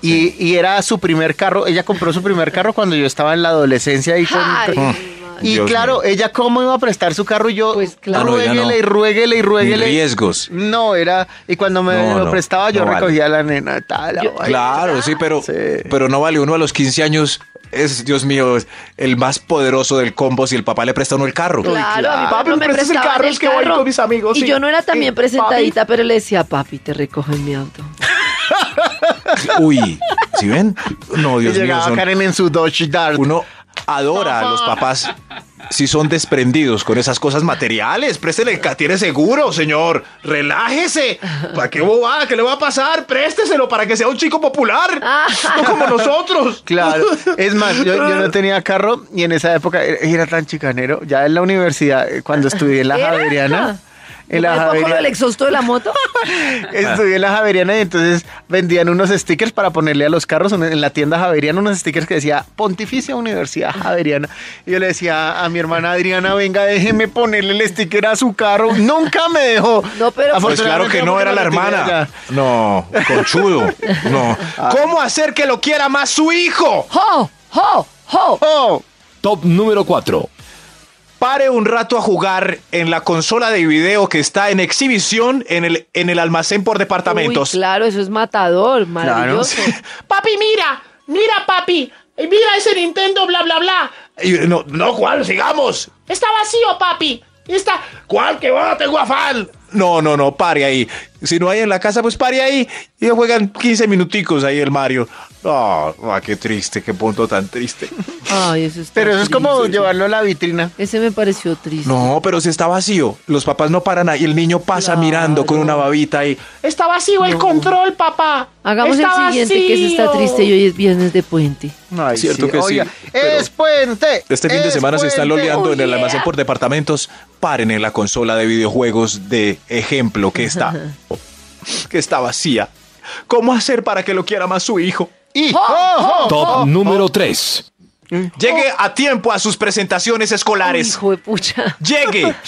Speaker 2: Y, y era su primer carro. Ella compró su primer carro cuando yo estaba en la adolescencia. Y, con-
Speaker 3: Ay,
Speaker 2: y
Speaker 4: Dios
Speaker 2: claro,
Speaker 4: mío.
Speaker 2: ella cómo iba a prestar su carro y yo
Speaker 3: Pues claro.
Speaker 4: Ah, no, ella
Speaker 2: ruéguele
Speaker 4: no.
Speaker 2: y ruéguele y
Speaker 4: Ni
Speaker 2: ruéguele.
Speaker 4: riesgos.
Speaker 2: No, era... Y cuando me
Speaker 4: No,
Speaker 2: lo
Speaker 4: no,
Speaker 2: prestaba yo
Speaker 4: no vale.
Speaker 2: recogía a la nena. Tal, la
Speaker 3: Yo-
Speaker 2: vaina.
Speaker 4: Claro, sí, pero,
Speaker 2: Sí.
Speaker 4: pero no vale. Uno a los 15 años es, Dios mío, es el más poderoso del combo si el papá le presta a uno el carro.
Speaker 3: Claro, a mi
Speaker 6: claro.
Speaker 3: papá
Speaker 6: Papi,
Speaker 3: no
Speaker 6: ¿me
Speaker 3: me
Speaker 6: prestas el
Speaker 3: prestaban
Speaker 6: carro? Es que voy con mis amigos,
Speaker 3: Y
Speaker 6: sí.
Speaker 3: yo no era también
Speaker 6: Sí,
Speaker 3: presentadita, pero le decía, papi, te recojo en mi auto.
Speaker 4: [laughs] Uy, ¿sí ven? No,
Speaker 2: Y
Speaker 4: Dios mío,
Speaker 2: llegaba
Speaker 4: son-
Speaker 2: Karen en su Dodge Dart.
Speaker 4: uno adora a los papás si son desprendidos con esas cosas materiales. Préstele el ca- tiene seguro, señor.
Speaker 6: Relájese. ¿Para qué bobada? ¿Qué le va a pasar? Présteselo para que sea un chico popular. No como nosotros.
Speaker 2: Claro. Es más, yo, yo
Speaker 3: [laughs]
Speaker 2: no tenía carro y en esa época era, era tan chicanero. Ya en la universidad, eh, cuando estudié en la
Speaker 3: ¿Era?
Speaker 2: Javeriana. En
Speaker 3: ¿Me
Speaker 2: la
Speaker 3: pongo lo del
Speaker 2: Javeriana.
Speaker 3: exhausto de la moto? [laughs]
Speaker 2: Estudié en la Javeriana y entonces vendían unos stickers para ponerle a los carros un- en la tienda Javeriana, unos stickers que decía Pontificia Universidad Javeriana. Y yo le decía a mi hermana Adriana, venga, déjeme ponerle el sticker a su carro. Nunca me dejó.
Speaker 3: No, pero-
Speaker 4: Pues claro
Speaker 2: Afortunadamente,
Speaker 4: que no
Speaker 2: porque
Speaker 4: era la
Speaker 2: lo tenía
Speaker 4: hermana.
Speaker 2: ya. Ah.
Speaker 4: No, conchudo. No. ¿Cómo hacer que lo quiera más su hijo?
Speaker 3: ¡Jo! ¡Jo! ¡Jo!
Speaker 2: Oh,
Speaker 7: Top número 4.
Speaker 4: Pare un rato a jugar en la consola de video que está en exhibición en el, en el almacén por departamentos.
Speaker 3: Uy, claro, eso es matador, maravilloso.
Speaker 6: Papi, mira. Mira, papi. Eh, Mira ese Nintendo, bla, bla, bla.
Speaker 4: Y- no, no, ¿cuál? Sigamos.
Speaker 6: Está vacío, papi. Está.
Speaker 4: ¿Cuál? Que va, tengo afán. No, no, no, pare ahí. Si no hay en la casa, pues pare ahí. Y juegan 15 minuticos ahí el Mario. Ah, ah, qué triste, qué punto tan
Speaker 6: [laughs]
Speaker 4: triste.
Speaker 3: Ay, eso está
Speaker 2: pero eso es como
Speaker 3: triste.
Speaker 2: llevarlo a la vitrina.
Speaker 3: Ese me pareció triste.
Speaker 4: No, pero si está vacío, los papás no paran ahí. El niño pasa
Speaker 3: Claro.
Speaker 4: mirando con una babita ahí.
Speaker 6: Está vacío el control, papá.
Speaker 3: Hagamos
Speaker 6: Está
Speaker 3: el siguiente, que ese está
Speaker 6: vacío.
Speaker 3: triste y hoy es viernes de puente.
Speaker 2: Ay,
Speaker 4: Cierto que sí,
Speaker 2: Oiga,
Speaker 4: pero-
Speaker 2: Es puente.
Speaker 4: Este fin de
Speaker 2: es
Speaker 4: semana se están
Speaker 2: puente.
Speaker 4: loleando en el almacén por departamentos. Paren en la consola de videojuegos de ejemplo que está,
Speaker 2: [laughs]
Speaker 4: que está vacía. ¿Cómo hacer para que lo quiera más su hijo?
Speaker 2: Y
Speaker 3: ¡Oh!
Speaker 2: ojo,
Speaker 7: Top número
Speaker 4: Pues,
Speaker 7: 3.
Speaker 2: Oh.
Speaker 4: Llegue a tiempo a sus presentaciones escolares.
Speaker 3: Hijo de pucha.
Speaker 4: Llegue.
Speaker 2: [laughs]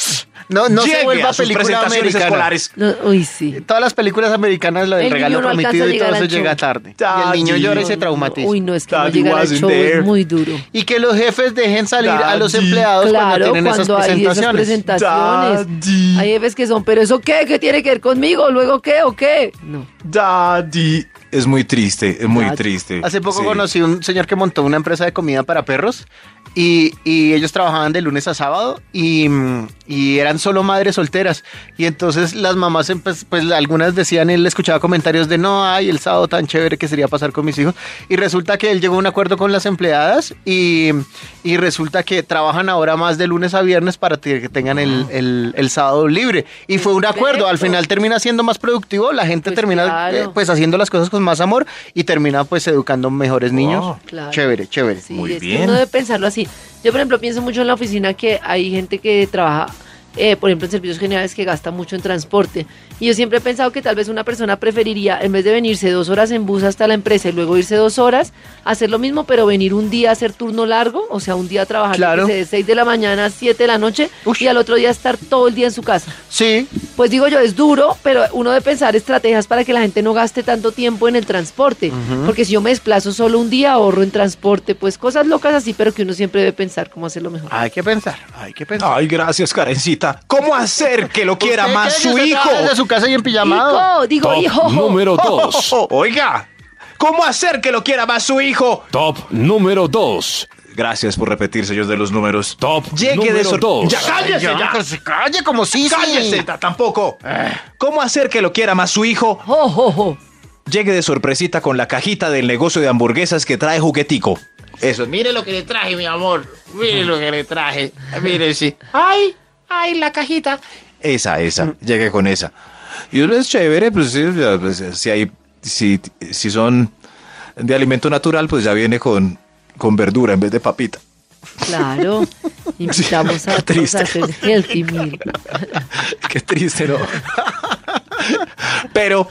Speaker 2: No, no
Speaker 4: Llegue
Speaker 2: se vuelva
Speaker 4: a sus
Speaker 2: película
Speaker 4: presentaciones
Speaker 2: americana.
Speaker 4: escolares.
Speaker 3: No, uy, sí.
Speaker 2: Todas las películas americanas, lo del
Speaker 3: El
Speaker 2: regalo
Speaker 3: niño no alcanza
Speaker 2: prometido
Speaker 3: a
Speaker 2: y todo
Speaker 3: llegar
Speaker 2: eso
Speaker 3: al show.
Speaker 2: llega tarde. Y el niño
Speaker 4: Daddy.
Speaker 2: llora y
Speaker 3: No,
Speaker 2: se
Speaker 3: no,
Speaker 2: traumatiza.
Speaker 3: uy, no, es que no
Speaker 4: Daddy
Speaker 3: llegar al
Speaker 4: wasn't
Speaker 3: show
Speaker 4: there.
Speaker 3: es muy duro.
Speaker 2: Y que los jefes dejen salir a los
Speaker 4: Daddy.
Speaker 2: empleados
Speaker 3: Claro,
Speaker 2: cuando tienen
Speaker 3: cuando,
Speaker 2: esas
Speaker 3: hay esas
Speaker 2: presentaciones.
Speaker 3: presentaciones.
Speaker 4: Daddy.
Speaker 3: Hay jefes que son, pero ¿eso qué? ¿Qué tiene que ver conmigo? ¿Luego qué o qué? No.
Speaker 4: Daddy. Es muy triste, es muy triste.
Speaker 2: Hace poco
Speaker 4: este, Sí.
Speaker 2: conocí un señor que montó una empresa de comida para perros y, y ellos trabajaban de lunes a sábado y, mm, y eran solo madres solteras. Y entonces las mamás, empe- pues algunas decían, él escuchaba comentarios de no, ay, el sábado tan chévere que sería pasar con mis hijos. Y resulta que él llegó a un acuerdo con las empleadas y, y resulta que trabajan ahora más de lunes a viernes para que que tengan el, el- el sábado libre. Y fue un acuerdo, al
Speaker 3: Perfecto.
Speaker 2: final termina siendo más productivo, la gente
Speaker 3: Pues
Speaker 2: termina
Speaker 3: claro.
Speaker 2: eh, pues, pues haciendo las cosas con más amor y termina pues educando mejores niños.
Speaker 3: Claro.
Speaker 2: Chévere, chévere.
Speaker 3: Sí,
Speaker 4: Muy
Speaker 3: es que
Speaker 4: bien.
Speaker 3: uno debe pensarlo así. Yo, por ejemplo, pienso mucho en la oficina que hay gente que trabaja, eh, por ejemplo, en servicios generales que gasta mucho en transporte. Y yo siempre he pensado que tal vez una persona preferiría, en vez de venirse dos horas en bus hasta la empresa y luego irse dos horas, hacer lo mismo, pero venir un día a hacer turno largo, o sea, un día a trabajar
Speaker 2: Claro.
Speaker 3: desde de 6 de la mañana a 7 de la noche
Speaker 2: Ush.
Speaker 3: y al otro día estar todo el día en su casa.
Speaker 2: Sí,
Speaker 3: Pues digo yo, es duro, pero uno debe pensar estrategias para que la gente no gaste tanto tiempo en el transporte. Porque si yo me desplazo solo un día, ahorro en transporte, pues cosas locas así, pero que uno siempre debe pensar cómo hacerlo mejor.
Speaker 2: hay que pensar, hay que pensar.
Speaker 4: Ay, gracias, Karencita. ¿Cómo hacer que lo quiera
Speaker 2: ¿Usted
Speaker 4: más
Speaker 2: cree que
Speaker 4: su
Speaker 2: usted
Speaker 4: hijo?
Speaker 2: trabaja Desde su casa y en pijamado.
Speaker 3: Hijo, digo hijo.
Speaker 7: Top número
Speaker 3: [laughs]
Speaker 7: 2.
Speaker 4: Oh, [laughs] Oiga, ¿cómo hacer que lo quiera más su hijo?
Speaker 7: Top número 2.
Speaker 4: Gracias por repetir, señor de los números.
Speaker 7: Top
Speaker 4: Llegue de
Speaker 7: número
Speaker 4: sor-
Speaker 7: dos.
Speaker 4: Ya cállese,
Speaker 2: Ay,
Speaker 4: ya.
Speaker 2: ya, pues, calle como sí, sí.
Speaker 4: cállese, ta- tampoco.
Speaker 8: Eh.
Speaker 4: ¿Cómo hacer que lo quiera más su hijo?
Speaker 3: Jo, jo, jo.
Speaker 4: Llegue de sorpresita con la cajita del negocio de hamburguesas que trae juguetico. Eso,
Speaker 8: Mire lo que le traje, mi amor. Mire lo que le traje. Mire, sí. Ay, ay, la cajita.
Speaker 4: esa, esa. Llegue con esa. Y eso es chévere, pues, sí, ya, pues, si hay, si, si son de alimento natural, pues ya viene con, con verdura en vez de papita. [laughs]
Speaker 3: Claro. Invitamos a
Speaker 4: qué
Speaker 3: todos
Speaker 4: triste.
Speaker 3: a hacer healthy meal.
Speaker 4: Qué triste, ¿no? Pero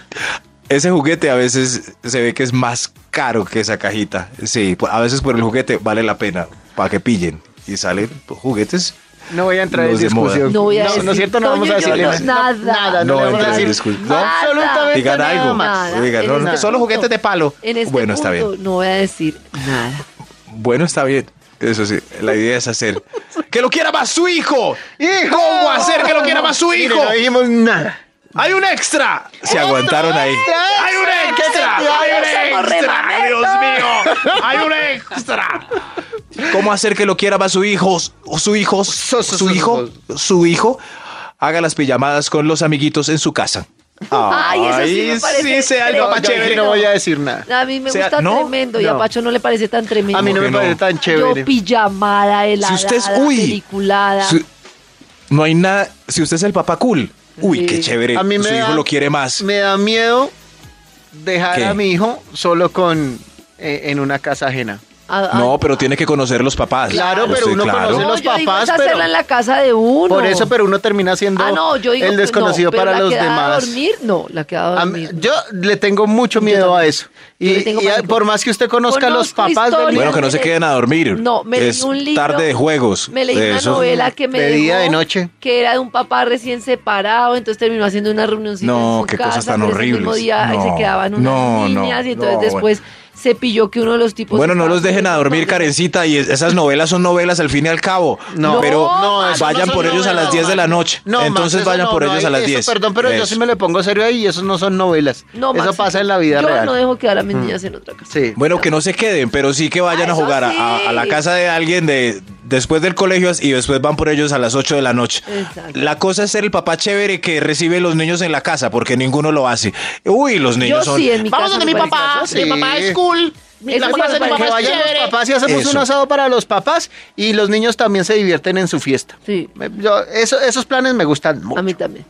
Speaker 4: ese juguete a veces se ve que es más caro que esa cajita. Sí, a veces por el juguete vale la pena para que pillen y salen juguetes.
Speaker 2: No voy a entrar
Speaker 4: Los
Speaker 2: en
Speaker 4: de moda.
Speaker 2: discusión.
Speaker 3: No voy a
Speaker 2: No,
Speaker 3: decir,
Speaker 2: es cierto, no
Speaker 3: Toño,
Speaker 2: vamos a
Speaker 3: yo
Speaker 2: decirle
Speaker 3: no-
Speaker 2: más.
Speaker 3: nada.
Speaker 2: Nada, no,
Speaker 4: No
Speaker 2: le vamos a
Speaker 4: entrar
Speaker 2: decir.
Speaker 4: en discusión.
Speaker 2: No,
Speaker 3: Nada.
Speaker 2: absolutamente
Speaker 4: Digan
Speaker 2: nada
Speaker 4: algo.
Speaker 2: más.
Speaker 3: Nada.
Speaker 4: Diga,
Speaker 3: En
Speaker 4: no,
Speaker 3: este
Speaker 4: no, solo
Speaker 3: punto-
Speaker 4: juguetes de palo.
Speaker 3: En este
Speaker 4: bueno, está
Speaker 3: punto
Speaker 4: bien.
Speaker 3: No voy a decir nada.
Speaker 4: Bueno, está bien. Eso sí, la idea es hacer
Speaker 2: [laughs]
Speaker 4: que lo quiera más su hijo.
Speaker 2: ¡Hijo!
Speaker 4: ¿Cómo hacer que lo quiera más su
Speaker 2: Mire,
Speaker 4: hijo?
Speaker 2: No dijimos nada.
Speaker 4: Hay un extra. Se aguantaron ahí. Hay un extra. Hay un extra. Dios mío. Hay un extra. ¿Cómo hacer que lo quiera más su hijo? Su hijo.
Speaker 2: Su- su-
Speaker 4: Su
Speaker 2: su-
Speaker 4: hijo. Su hijo. Haga las pijamadas con los amiguitos en su casa.
Speaker 3: Ay, eso sí me
Speaker 4: Ahí
Speaker 3: parece
Speaker 4: sea
Speaker 3: tremendo.
Speaker 4: algo
Speaker 2: No,
Speaker 4: más
Speaker 2: yo aquí
Speaker 4: chévere.
Speaker 2: no voy a decir nada.
Speaker 3: A mí me
Speaker 4: O sea,
Speaker 3: gusta
Speaker 4: no,
Speaker 3: tremendo y a
Speaker 2: no.
Speaker 3: Pacho no le parece tan tremendo.
Speaker 2: A mí no
Speaker 4: que
Speaker 2: me
Speaker 4: no?
Speaker 2: parece tan chévere.
Speaker 3: Yo pijamada, helada,
Speaker 4: usted es- uy,
Speaker 3: peliculada.
Speaker 4: Su- No hay nada. Si usted es el papá cool. Uy, qué
Speaker 3: Sí.
Speaker 4: chévere.
Speaker 2: A mí me
Speaker 4: Su
Speaker 2: da-
Speaker 4: hijo lo quiere más.
Speaker 2: Me da miedo dejar
Speaker 4: ¿Qué?
Speaker 2: a mi hijo solo con eh, en una casa ajena.
Speaker 3: Ah, ah,
Speaker 4: No, pero tiene que conocer los papás.
Speaker 2: Claro, pero uno
Speaker 3: no,
Speaker 2: conoce los
Speaker 3: yo digo,
Speaker 2: papás,
Speaker 3: es
Speaker 2: pero-
Speaker 3: hacerla en la casa de uno.
Speaker 2: Por eso, pero uno termina siendo
Speaker 3: Ah, no, yo digo,
Speaker 2: el
Speaker 3: pues,
Speaker 2: desconocido
Speaker 3: no, pero
Speaker 2: para
Speaker 3: la
Speaker 2: los
Speaker 3: quedada a
Speaker 2: demás.
Speaker 3: dormir? No, la quedada a
Speaker 2: A mí-
Speaker 3: dormir.
Speaker 2: yo le tengo mucho
Speaker 3: Yo
Speaker 2: miedo a
Speaker 3: también.
Speaker 2: eso.
Speaker 3: Yo le
Speaker 2: Y,
Speaker 3: tengo
Speaker 2: y a-
Speaker 3: pánico.
Speaker 2: por más que usted conozca a los
Speaker 3: Conozco
Speaker 2: papás del
Speaker 3: historias
Speaker 2: niño,
Speaker 4: Bueno, que no se queden a dormir.
Speaker 3: No, me
Speaker 4: es
Speaker 3: leí un libro.
Speaker 4: tarde de juegos.
Speaker 3: Me leí una
Speaker 4: Eso.
Speaker 3: novela que me
Speaker 2: de día,
Speaker 3: dejó,
Speaker 2: de noche.
Speaker 3: que era de un papá recién separado, entonces terminó haciendo una reunioncita
Speaker 4: No,
Speaker 3: en su
Speaker 4: qué
Speaker 3: casa,
Speaker 4: cosas tan
Speaker 3: pero ese mismo
Speaker 4: horribles.
Speaker 3: día ahí se
Speaker 4: No,
Speaker 3: quedaban unas
Speaker 4: no, no,
Speaker 3: niñas y entonces
Speaker 4: no,
Speaker 3: después se pilló que uno de los tipos
Speaker 4: Bueno, no
Speaker 3: estaba
Speaker 4: los dejen a
Speaker 3: haciendo
Speaker 4: dormir,
Speaker 3: novela.
Speaker 4: Karencita, y es- esas novelas son novelas al fin y al cabo.
Speaker 2: No.
Speaker 4: pero
Speaker 2: No, eso
Speaker 4: vayan
Speaker 2: no
Speaker 4: por
Speaker 2: son
Speaker 4: ellos a
Speaker 2: novelas,
Speaker 4: las 10 de la
Speaker 2: Max.
Speaker 4: noche.
Speaker 2: No,
Speaker 4: Entonces
Speaker 2: Max, eso
Speaker 4: vayan
Speaker 2: no,
Speaker 4: por
Speaker 2: no,
Speaker 4: ellos
Speaker 2: ahí-
Speaker 4: a las
Speaker 2: eso,
Speaker 4: 10.
Speaker 2: Perdón, pero yo
Speaker 4: Eso.
Speaker 2: sí me le pongo serio ahí y eso no son novelas.
Speaker 3: No,
Speaker 2: eso
Speaker 3: Maxito,
Speaker 2: pasa en la vida
Speaker 3: yo
Speaker 2: real.
Speaker 3: no dejo quedar a mis niñas en otra casa.
Speaker 2: Sí.
Speaker 4: Bueno, que no se queden, pero sí que vayan
Speaker 3: Ah,
Speaker 4: a
Speaker 3: eso
Speaker 4: jugar a-
Speaker 3: sí.
Speaker 4: a, a la casa de alguien de después del colegio y después van por ellos a las 8 de la noche.
Speaker 3: Exacto.
Speaker 4: La cosa es ser el papá chévere que recibe los niños en la casa, porque ninguno lo hace. Uy, los
Speaker 3: Yo
Speaker 4: niños son...
Speaker 3: sí, en mi
Speaker 8: Vamos
Speaker 3: casa
Speaker 8: donde
Speaker 3: me
Speaker 8: mi
Speaker 3: parece
Speaker 8: papá.
Speaker 3: gracioso.
Speaker 2: Sí.
Speaker 8: Mi papá es cool. Mi
Speaker 3: Eso
Speaker 8: la
Speaker 3: sí
Speaker 8: casa
Speaker 3: me
Speaker 8: de mi
Speaker 3: parece
Speaker 8: papá
Speaker 2: que
Speaker 8: es
Speaker 2: vayan
Speaker 8: chévere.
Speaker 2: los papás y hacemos
Speaker 4: Eso.
Speaker 2: un asado para los papás y los niños también se divierten en su fiesta.
Speaker 3: Sí.
Speaker 2: Me- yo- eso- esos planes me gustan mucho.
Speaker 3: A mí también.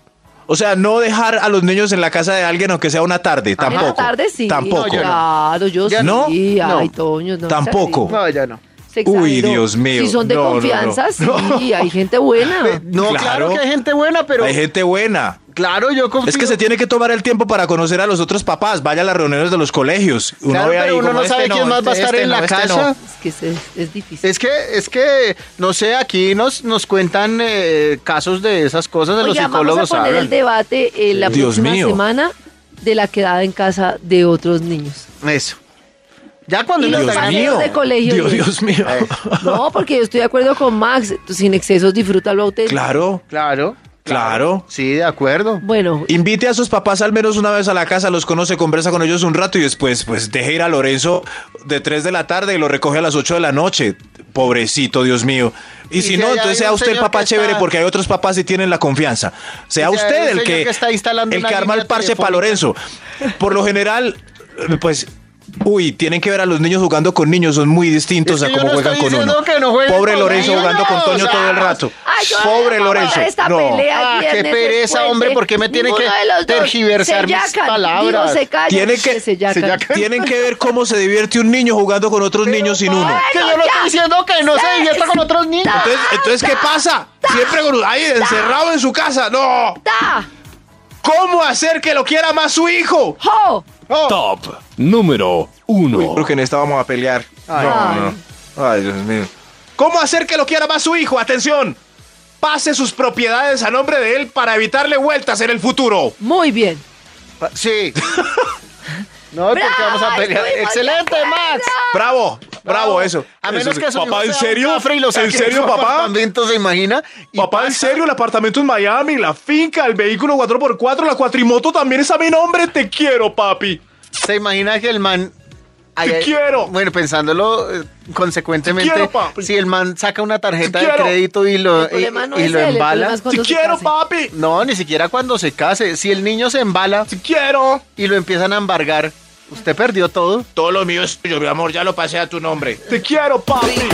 Speaker 4: O sea, no dejar a los niños en la casa de alguien aunque sea una tarde,
Speaker 3: Ah, En la
Speaker 4: tampoco.
Speaker 3: tarde sí.
Speaker 4: Tampoco.
Speaker 2: yo no.
Speaker 3: Claro, yo
Speaker 4: Ya
Speaker 3: sí.
Speaker 4: no.
Speaker 3: Ay,
Speaker 2: No.
Speaker 3: Toño, no.
Speaker 4: Tampoco.
Speaker 2: No, ya no.
Speaker 3: se exageró.
Speaker 4: Uy, Dios mío.
Speaker 3: Si son de
Speaker 4: No, no, no.
Speaker 3: confianza, sí.
Speaker 4: [laughs] No.
Speaker 3: Hay gente buena.
Speaker 2: No, claro.
Speaker 4: Claro.
Speaker 2: que hay gente buena, pero
Speaker 4: Hay gente buena.
Speaker 2: Claro, yo confío.
Speaker 4: Es que se tiene que tomar el tiempo para conocer a los otros papás. Vaya a las reuniones de los colegios. Uno
Speaker 2: Claro,
Speaker 4: ve ahí
Speaker 2: pero uno
Speaker 4: como,
Speaker 2: no
Speaker 4: "Este
Speaker 2: sabe quién más va a
Speaker 4: este-
Speaker 2: estar
Speaker 4: este
Speaker 2: en
Speaker 4: no,
Speaker 2: la
Speaker 4: este no".
Speaker 2: casa.
Speaker 3: Es que se- es difícil.
Speaker 2: Es que, es que, no sé, aquí nos, nos cuentan eh, casos de esas cosas de los
Speaker 3: Oiga,
Speaker 2: psicólogos.
Speaker 3: vamos a poner
Speaker 2: hablan.
Speaker 3: el debate en la
Speaker 4: Dios
Speaker 3: próxima
Speaker 4: mío.
Speaker 3: semana de la quedada en casa de otros
Speaker 4: [laughs]
Speaker 3: niños.
Speaker 2: Eso. Ya cuando
Speaker 3: Y
Speaker 2: uno
Speaker 3: los
Speaker 2: está grande-
Speaker 3: paseos de colegio.
Speaker 4: Dios,
Speaker 3: ¿sí?
Speaker 4: Dios mío.
Speaker 2: Eh.
Speaker 3: No, porque yo estoy de acuerdo con Max. tú Sin excesos, disfruta lo auténtico.
Speaker 4: Claro,
Speaker 2: Claro.
Speaker 4: claro.
Speaker 2: Sí, de acuerdo.
Speaker 3: Bueno,
Speaker 4: Invite a sus papás al menos una vez a la casa, los conoce, conversa con ellos un rato y después, pues, deje ir a Lorenzo de 3 de la tarde y lo recoge a las 8 de la noche. Pobrecito, Dios mío. Y,
Speaker 2: Y
Speaker 4: si,
Speaker 2: si
Speaker 4: no,
Speaker 2: hay
Speaker 4: entonces sea
Speaker 2: algún
Speaker 4: usted el
Speaker 2: señor
Speaker 4: papá
Speaker 2: que
Speaker 4: chévere
Speaker 2: está-
Speaker 4: porque hay otros papás y tienen la confianza. Sea
Speaker 2: hay un
Speaker 4: usted el
Speaker 2: señor
Speaker 4: que,
Speaker 2: que está instalando
Speaker 4: el
Speaker 2: una
Speaker 4: que arma el
Speaker 2: línea
Speaker 4: parche para Lorenzo. Por lo general, eh, pues... Uy, tienen que ver a los niños jugando con niños, son muy
Speaker 2: Es
Speaker 4: distintos
Speaker 2: que
Speaker 4: a
Speaker 2: yo
Speaker 4: cómo
Speaker 2: no
Speaker 4: juegan
Speaker 2: estoy
Speaker 4: con uno.
Speaker 2: diciendo que no jueguen
Speaker 4: Pobre
Speaker 2: con
Speaker 4: Lorenzo
Speaker 2: niños,
Speaker 4: jugando con Toño
Speaker 2: o sea.
Speaker 4: todo el rato.
Speaker 3: Ay, yo
Speaker 4: Pobre
Speaker 3: no puedo
Speaker 4: Lorenzo.
Speaker 3: ver esta
Speaker 4: no.
Speaker 3: pelea
Speaker 2: Ah,
Speaker 3: el
Speaker 2: qué
Speaker 3: viernes
Speaker 2: pereza,
Speaker 3: después
Speaker 2: hombre,
Speaker 3: de-
Speaker 2: ¿por qué me tiene
Speaker 3: Ninguno
Speaker 2: que
Speaker 3: de los dos.
Speaker 2: tergiversar
Speaker 3: Se
Speaker 2: mis
Speaker 3: yacan,
Speaker 2: palabras?
Speaker 3: digo, se callan,
Speaker 4: Tiene que-
Speaker 3: se yacan.
Speaker 2: se yacan.
Speaker 4: Tienen que ver cómo se divierte un niño jugando con otros niños sin uno.
Speaker 2: Que yo no
Speaker 3: ya.
Speaker 2: estoy diciendo que no se
Speaker 3: Sí.
Speaker 2: divierta con otros niños.
Speaker 4: Entonces, entonces, ¿qué pasa? Siempre con- ahí encerrado en su casa. No.
Speaker 3: Ta,
Speaker 4: ¿Cómo hacer que lo quiera más su hijo?
Speaker 3: jo.
Speaker 7: Top número 1.
Speaker 4: Creo que en esta vamos a pelear.
Speaker 2: Ay,
Speaker 3: Ay.
Speaker 4: Ay, Dios mío. ¿Cómo hacer que lo quiera más su hijo? Atención. Pase sus propiedades a nombre de él para evitarle vueltas en el futuro.
Speaker 3: Muy bien.
Speaker 2: pa- Sí. [laughs] No, porque
Speaker 3: Bravo,
Speaker 2: vamos a pelear.
Speaker 3: estuvimos
Speaker 2: Excelente,
Speaker 3: de acuerdo.
Speaker 2: Max.
Speaker 4: Bravo, bravo eso.
Speaker 2: A
Speaker 4: Eso
Speaker 2: menos
Speaker 4: sí.
Speaker 2: que su hijo
Speaker 4: papá,
Speaker 2: sea
Speaker 4: ¿en
Speaker 2: un
Speaker 4: serio?
Speaker 2: cafre y lo
Speaker 4: ¿En
Speaker 2: saque de [laughs]
Speaker 4: serio,
Speaker 2: su
Speaker 4: papá?
Speaker 2: apartamento, se imagina. Y
Speaker 4: Papá, ¿en serio? El apartamento en Miami, la finca, el vehículo 4x4, la cuatrimoto también es a mi nombre. Te quiero, papi.
Speaker 2: se imagina que el man. Ay, ay,
Speaker 4: quiero.
Speaker 2: Bueno, pensándolo eh, consecuentemente,
Speaker 4: Te quiero, papi.
Speaker 2: si el man saca una tarjeta
Speaker 4: Te
Speaker 2: de
Speaker 4: quiero.
Speaker 2: crédito y lo,
Speaker 3: El problema
Speaker 2: y-
Speaker 3: no
Speaker 2: y
Speaker 3: es
Speaker 2: lo
Speaker 3: él, el
Speaker 2: embala.
Speaker 3: problema es cuando
Speaker 4: te
Speaker 3: se
Speaker 4: quiero,
Speaker 3: case.
Speaker 4: papi.
Speaker 2: No, ni siquiera cuando se case. Si el niño se embala
Speaker 4: Te quiero.
Speaker 2: y lo empiezan a embargar, usted perdió todo.
Speaker 8: Todo lo mío es tuyo, mi amor, ya lo pasé a tu nombre.
Speaker 4: Te quiero, papi.